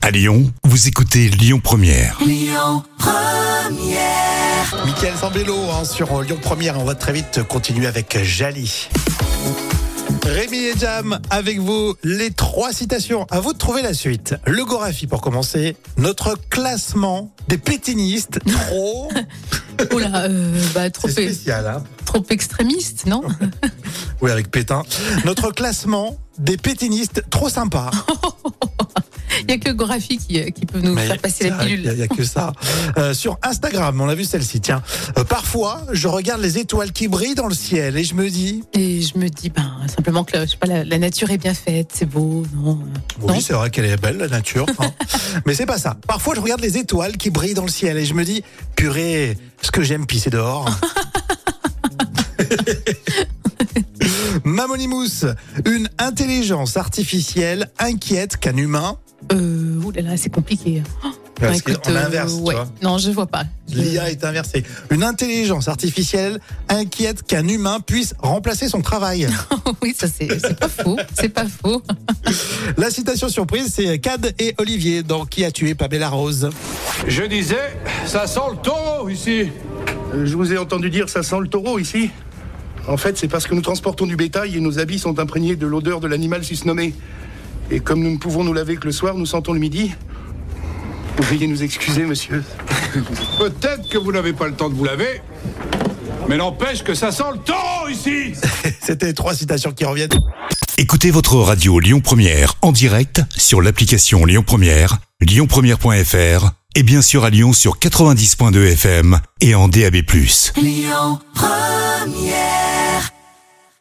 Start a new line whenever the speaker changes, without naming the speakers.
À Lyon, vous écoutez Lyon Première.
Mickaël Zambello hein, sur Lyon Première. On va très vite continuer avec Jali. Rémi et Jam, avec vous, les trois citations. À vous de trouver la suite. Le Gorafi pour commencer. Notre classement des pétinistes trop,
Oh là, euh, bah, trop,
c'est
é-
spécial, hein
trop extrémiste, non
Oui, avec Pétain. Notre classement des pétinistes trop sympas.
Il n'y a que le Gorafi qui, euh, qui peut nous
Mais
faire passer la
c'est vrai qu'il y a-
pilule.
Il n'y a, que ça. Euh, sur Instagram, on a vu celle-ci, tiens. Euh, parfois, je regarde les étoiles qui brillent dans le ciel et je me dis,
Et je me dis, ben, simplement que la, je sais pas, la, la nature est bien faite, c'est beau, non
oui,
Non.
c'est vrai qu'elle est belle, la nature. hein. Mais c'est pas ça. Parfois, je regarde les étoiles qui brillent dans le ciel et je me dis, purée, ce que j'aime pisser dehors. Mamonimous, une intelligence artificielle inquiète qu'un humain.
Euh, ouh là là, c'est compliqué. Bah,
Parce
écoute,
qu'on
euh,
inverse, tu
ouais.
vois.
Non, je vois pas. Je-
L'IA est inversée. Une intelligence artificielle inquiète qu'un humain puisse remplacer son travail.
oui, ça c'est c'est pas faux, c'est pas faux.
La citation surprise, c'est Cad et Olivier dans Qui a tué Pamela Rose.
Je disais, ça sent le taureau ici.
Euh, Je vous ai entendu dire ça sent le taureau ici. En fait, c'est parce que nous transportons du bétail et nos habits sont imprégnés de l'odeur de l'animal susnommé. Et comme nous ne pouvons nous laver que le soir, nous sentons le midi. Veuillez nous excuser, monsieur.
Peut-être que vous n'avez pas le temps de vous laver, mais n'empêche que ça sent le taureau ici.
C'était les trois citations qui reviennent.
Écoutez votre radio Lyon Première en direct sur l'application Lyon Première, lyonpremière.fr et bien sûr à Lyon sur 90.2 FM et en DAB+.